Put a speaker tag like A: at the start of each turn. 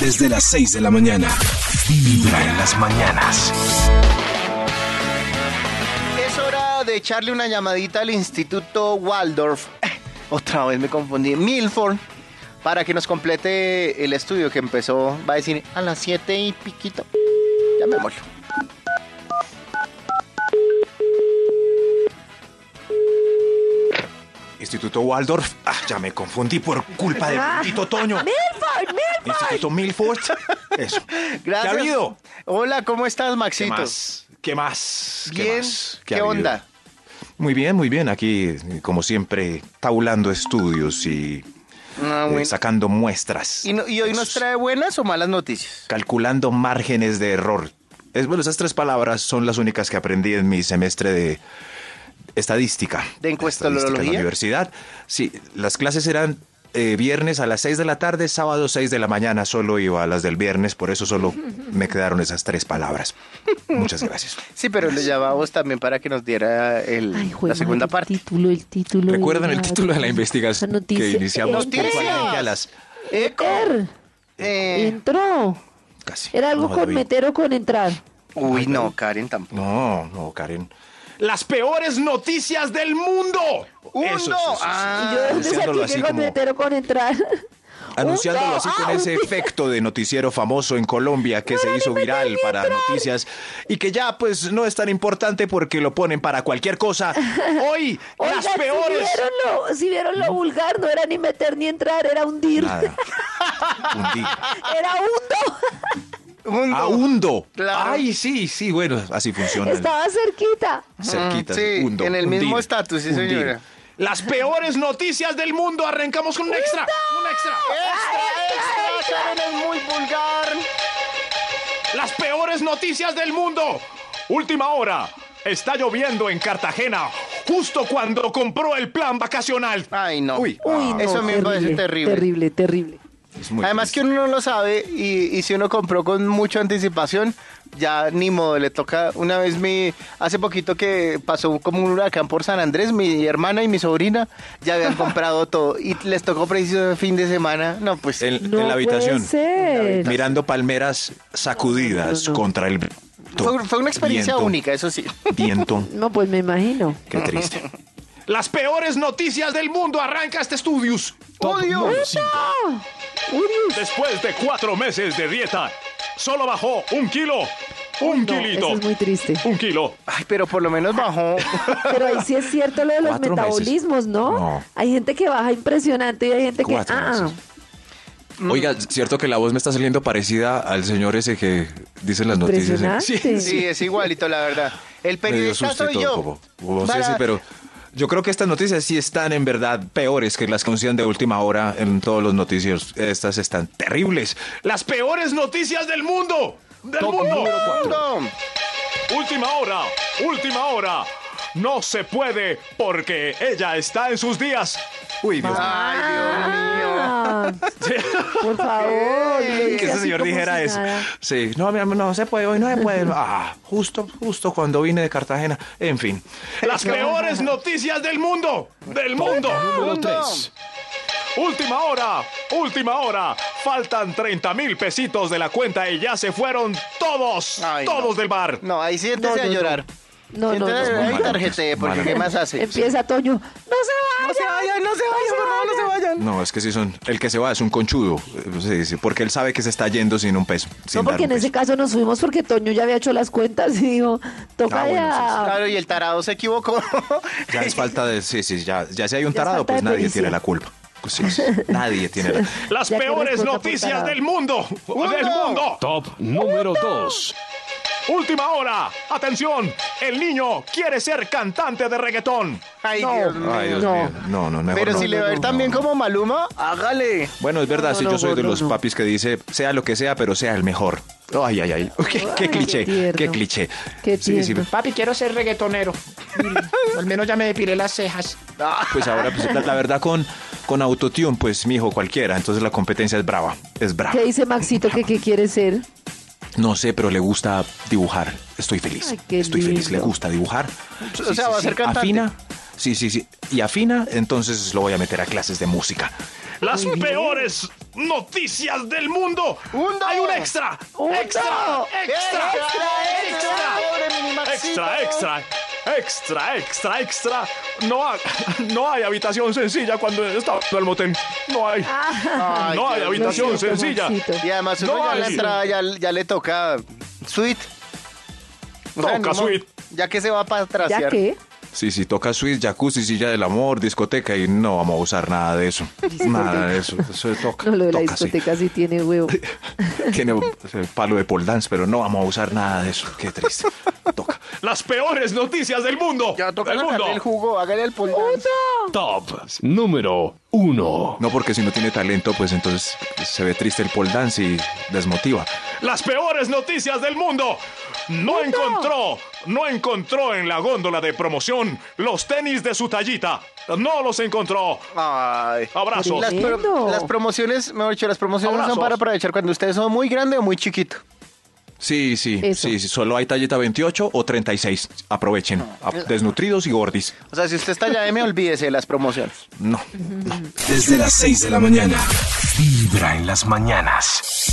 A: desde las 6 de la mañana. Vibra en las mañanas.
B: Es hora de echarle una llamadita al Instituto Waldorf. Otra vez me confundí. Milford. Para que nos complete el estudio que empezó, va a decir a las 7 y piquito. Llamémoslo.
C: Instituto Waldorf. Ah, ya me confundí por culpa de Tito Toño.
D: Ah, ¡Milford! ¡Milford!
C: Instituto Milford. Eso.
B: Gracias.
C: ¿Qué ha habido?
B: Hola, ¿cómo estás,
C: ¿Qué
B: Maxito?
C: más? ¿Qué más?
B: Bien.
C: más?
B: ¿Qué,
C: ha habido?
B: onda?
C: Muy bien, muy bien. Aquí, eh, como siempre, taulando estudios y
B: Ah,
C: eh,
B: bueno.
C: sacando muestras.
B: ¿Y, no- y hoy nos
C: Eso.
B: trae buenas o malas noticias?
C: Calculando márgenes de error. Es, bueno, esas tres palabras son las únicas que aprendí en mi semestre de estadística.
B: ¿De
C: Estadística En
B: encuestología?
C: la universidad. Sí, las clases eran eh, viernes a las 6 de la tarde, sábado 6 de la mañana. Solo iba a las del viernes, por eso solo me quedaron esas tres palabras. Muchas gracias.
B: Sí, pero le llamamos también para que nos diera el-
D: Ay,
B: la
D: juega,
B: segunda
D: el
B: parte.
D: Título, el título.
C: ¿Recuerdan
D: de
C: el
D: la-
C: título de la investigación
D: noticia?
C: que iniciamos?
B: Noticia.
C: puntualmente a las-
B: Eco.
D: Enter.
B: Eh,
D: Entró.
C: Casi.
D: Era algo
C: No,
D: con
C: David.
D: meter o con entrar.
B: uy, no, Karen tampoco.
C: No, no, Karen. Las peores noticias del mundo.
B: ¡Uno!
C: Eso, eso, eso,
B: Ah,
D: ¿Y yo de dónde
C: anunciándolo
D: saqué
C: así
D: que con
C: como-
D: meter o con entrar?
C: Anunciándolo
D: Un
C: así
D: no,
C: con
D: ah,
C: ese
D: un-
C: efecto de noticiero famoso en Colombia que se hizo viral para noticias y que ya pues no es tan importante porque lo ponen para cualquier cosa. Hoy
D: Oigan,
C: las
D: si
C: peores.
D: vieron lo- si vieron lo vulgar, no era ni meter ni entrar, era hundir.
C: Nada. Hundí.
D: Era hundo.
B: Mundo.
C: Ah, hundo.
B: Claro.
C: Ay, sí, sí, bueno, así funciona.
D: Estaba cerquita.
C: Cerquita.
B: Sí,
C: hundo,
B: en el
C: hundir,
B: mismo estatus, sí,
C: hundir.
B: señora.
C: Las peores noticias del mundo. Arrancamos con un extra. Un extra.
B: ¡Extra, extra! Karen es muy vulgar.
C: Las peores noticias del mundo. Última hora. Está lloviendo en Cartagena, justo cuando compró el plan vacacional.
B: Ay, no.
C: Uy.
D: Uy,
C: Ah,
D: no,
B: eso a mí me parece terrible.
D: Terrible, terrible.
B: Además que uno no lo sabe y, y si uno compró con mucha anticipación, ya ni modo, le toca. Una vez mi, hace poquito que pasó como un huracán por San Andrés, mi hermana y mi sobrina ya habían comprado todo y les tocó preciso el fin de semana. No, pues
C: en,
D: No
C: en la habitación,
D: Puede ser.
C: mirando palmeras sacudidas
D: No, no, no.
C: contra el...
B: fue, fue una experiencia
C: viento,
B: única, eso sí.
C: Viento,
D: No, pues me imagino.
C: qué triste. Las peores noticias del mundo arranca este Studios. Top
B: ¡Odio!
C: número cinco.
D: ¡Ah! Urius.
C: Después de cuatro meses de dieta, solo bajó un kilo. Un
D: No,
C: kilito.
D: eso es muy triste.
C: Un kilo.
B: Ay, pero por lo menos bajó.
D: Pero ahí sí es cierto lo de los
C: Cuatro meses.
D: metabolismos, ¿no?
C: No.
D: Hay gente que baja impresionante y hay gente que.
E: Cuatro
D: Ah,
E: meses.
D: Mm.
E: Oiga, cierto que la voz me está saliendo parecida al señor ese que dicen las noticias. en-
D: impresionante.
B: Sí, es igualito, la verdad.
E: me
B: El
E: dio
B: periodista
E: susto y
B: soy
E: todo,
B: yo.
E: como- como
B: Para-
E: Ceci, pero
C: Yo creo que estas noticias sí están en verdad peores que las que anuncian de última hora en todos los noticieros. Estas están terribles. Las peores noticias del mundo. Del
B: Top
C: mundo.
B: número cuatro.
C: Última hora. Última hora. No se puede porque ella está en sus días. Uy, Dios.
B: Ay, Dios mío.
D: Ah, por favor.
B: ¿Qué?
D: no diga
C: que ese
D: así
C: señor
D: como
C: dijera
D: si
C: eso.
D: nada.
C: Sí, no, mi amor, no se puede, hoy no se puede. Ah, justo, justo cuando vine de Cartagena. En fin. Las peores noticias del mundo. Del mundo.
B: Número tres.
C: tres. Última hora, última hora. Faltan 30 mil pesitos de la cuenta y ya se fueron todos,
B: Ay, no.
C: todos del bar.
B: No, ahí siéntese
D: No, no,
B: a
D: no.
B: llorar.
D: No, no,
B: Siéntese a
D: no.
B: llorar y
E: Mala,
B: tarjetee, porque
E: mala.
B: ¿qué más hace?
D: Empieza Toño. ¡No se
B: No se
D: vaya!
B: vayan, no se vayan, por favor, no se vayan.
E: No, es que sí son. El que se va es un conchudo. eh, sí, sí, porque él sabe que se está yendo sin un peso. sin
D: No,
E: dar
D: porque en
E: un
D: ese
E: peso.
D: caso nos fuimos porque Toño ya había hecho las cuentas y dijo, toca
E: Ah, bueno,
D: ya.
B: Claro, y el tarado se equivocó.
E: Ya es falta de. Sí, sí, ya, ya si hay un
D: Ya es
E: tarado,
D: falta
E: pues
D: de
E: nadie
D: pericia.
E: tiene la culpa. Pues sí, sí, nadie tiene la
C: Las
D: Ya que
C: peores
D: responda por
C: noticias
D: tarado.
C: del mundo. Del mundo.
F: Top número 2.
C: Última hora. Atención. El niño quiere ser cantante de reggaetón.
B: Ay,
D: No.
B: Dios mío.
E: Ay, Dios
D: No.
E: mío. No, no, mejor
B: Pero
E: no.
B: si le va a ir
D: no,
B: tan bien
E: no.
B: como Maluma, hágale.
E: Bueno, es verdad,
D: No,
E: sí,
D: no,
E: yo soy de
D: gordo,
E: los
D: no.
E: papis que dice, sea lo que sea, pero sea el mejor. Ay, ay, ay. Qué, qué
D: Ay, qué
E: cliché, qué,
D: tierno.
E: cliché.
D: Qué
E: Sí, sí,
D: tierno.
G: Papi, quiero ser reggaetonero. Al menos ya me depilé las cejas.
B: Ah.
E: pues ahora, pues, la, la verdad, con, con autotune, pues, mijo, cualquiera. Entonces la competencia es brava, es brava.
D: ¿Qué dice Maxito que qué quiere ser?
E: No sé, pero le gusta dibujar. Estoy feliz.
D: Ay, qué
E: Estoy feliz, le
D: lindo.
E: gusta dibujar.
B: O sea, va a ser cantante.
E: Afina. Sí, sí, sí. Y afina, entonces lo voy a meter a clases de música.
C: Las peores noticias del mundo.
B: ¡Mundo!
C: Hay un extra.
D: ¡Mundo!
C: Extra. Extra.
B: ¡Extra, pobre mini Maxito!
C: Extra, extra, extra, extra, extra. No, ha- no hay habitación sencilla cuando está el motel. No hay.
B: Ay,
C: no hay
B: Dios
C: habitación
B: mío.
C: sencilla.
D: Maxito.
B: Y además uno
C: No
B: Ah. ya en la
C: hay.
B: entrada ya, ya le toca suite. O sea,
C: Toca
B: ni modo,
C: suite.
B: Ya que se va para atrás.
D: ¿Ya qué?
E: Sí, sí, toca suite, jacuzzi, silla del amor, discoteca y no vamos a usar nada de eso. Nada de eso. Eso toca.
D: No, lo de la
E: toca, sí.
D: discoteca sí tiene huevo.
E: Tiene eh, palo de pole dance, pero no vamos a usar nada de eso. Qué triste. Toca.
C: Las peores noticias del mundo.
B: Ya toca
C: del mundo.
B: sacarle el jugo, hágale el pulmón.
H: Top número 1.
E: No porque si no tiene talento, pues entonces se ve triste el pole dance y desmotiva.
C: Las peores noticias del mundo. No encontró, no encontró en la góndola de promoción los tenis de su tallita. No los encontró.
B: Ay.
C: Abrazo.
B: Las, pro-
D: Tremendo.
B: las promociones, mejor dicho, las promociones
C: Abrazos.
B: son para aprovechar cuando ustedes son muy grande o muy chiquito.
E: Sí, sí,
D: Eso.
E: sí, sí, Solo hay talleta 28 o 36. Aprovechen. A- Desnutridos y gordis.
B: O sea, si usted está ya M, olvídese de las promociones.
E: No.
I: Desde las 6 de la mañana. Vibra en las mañanas.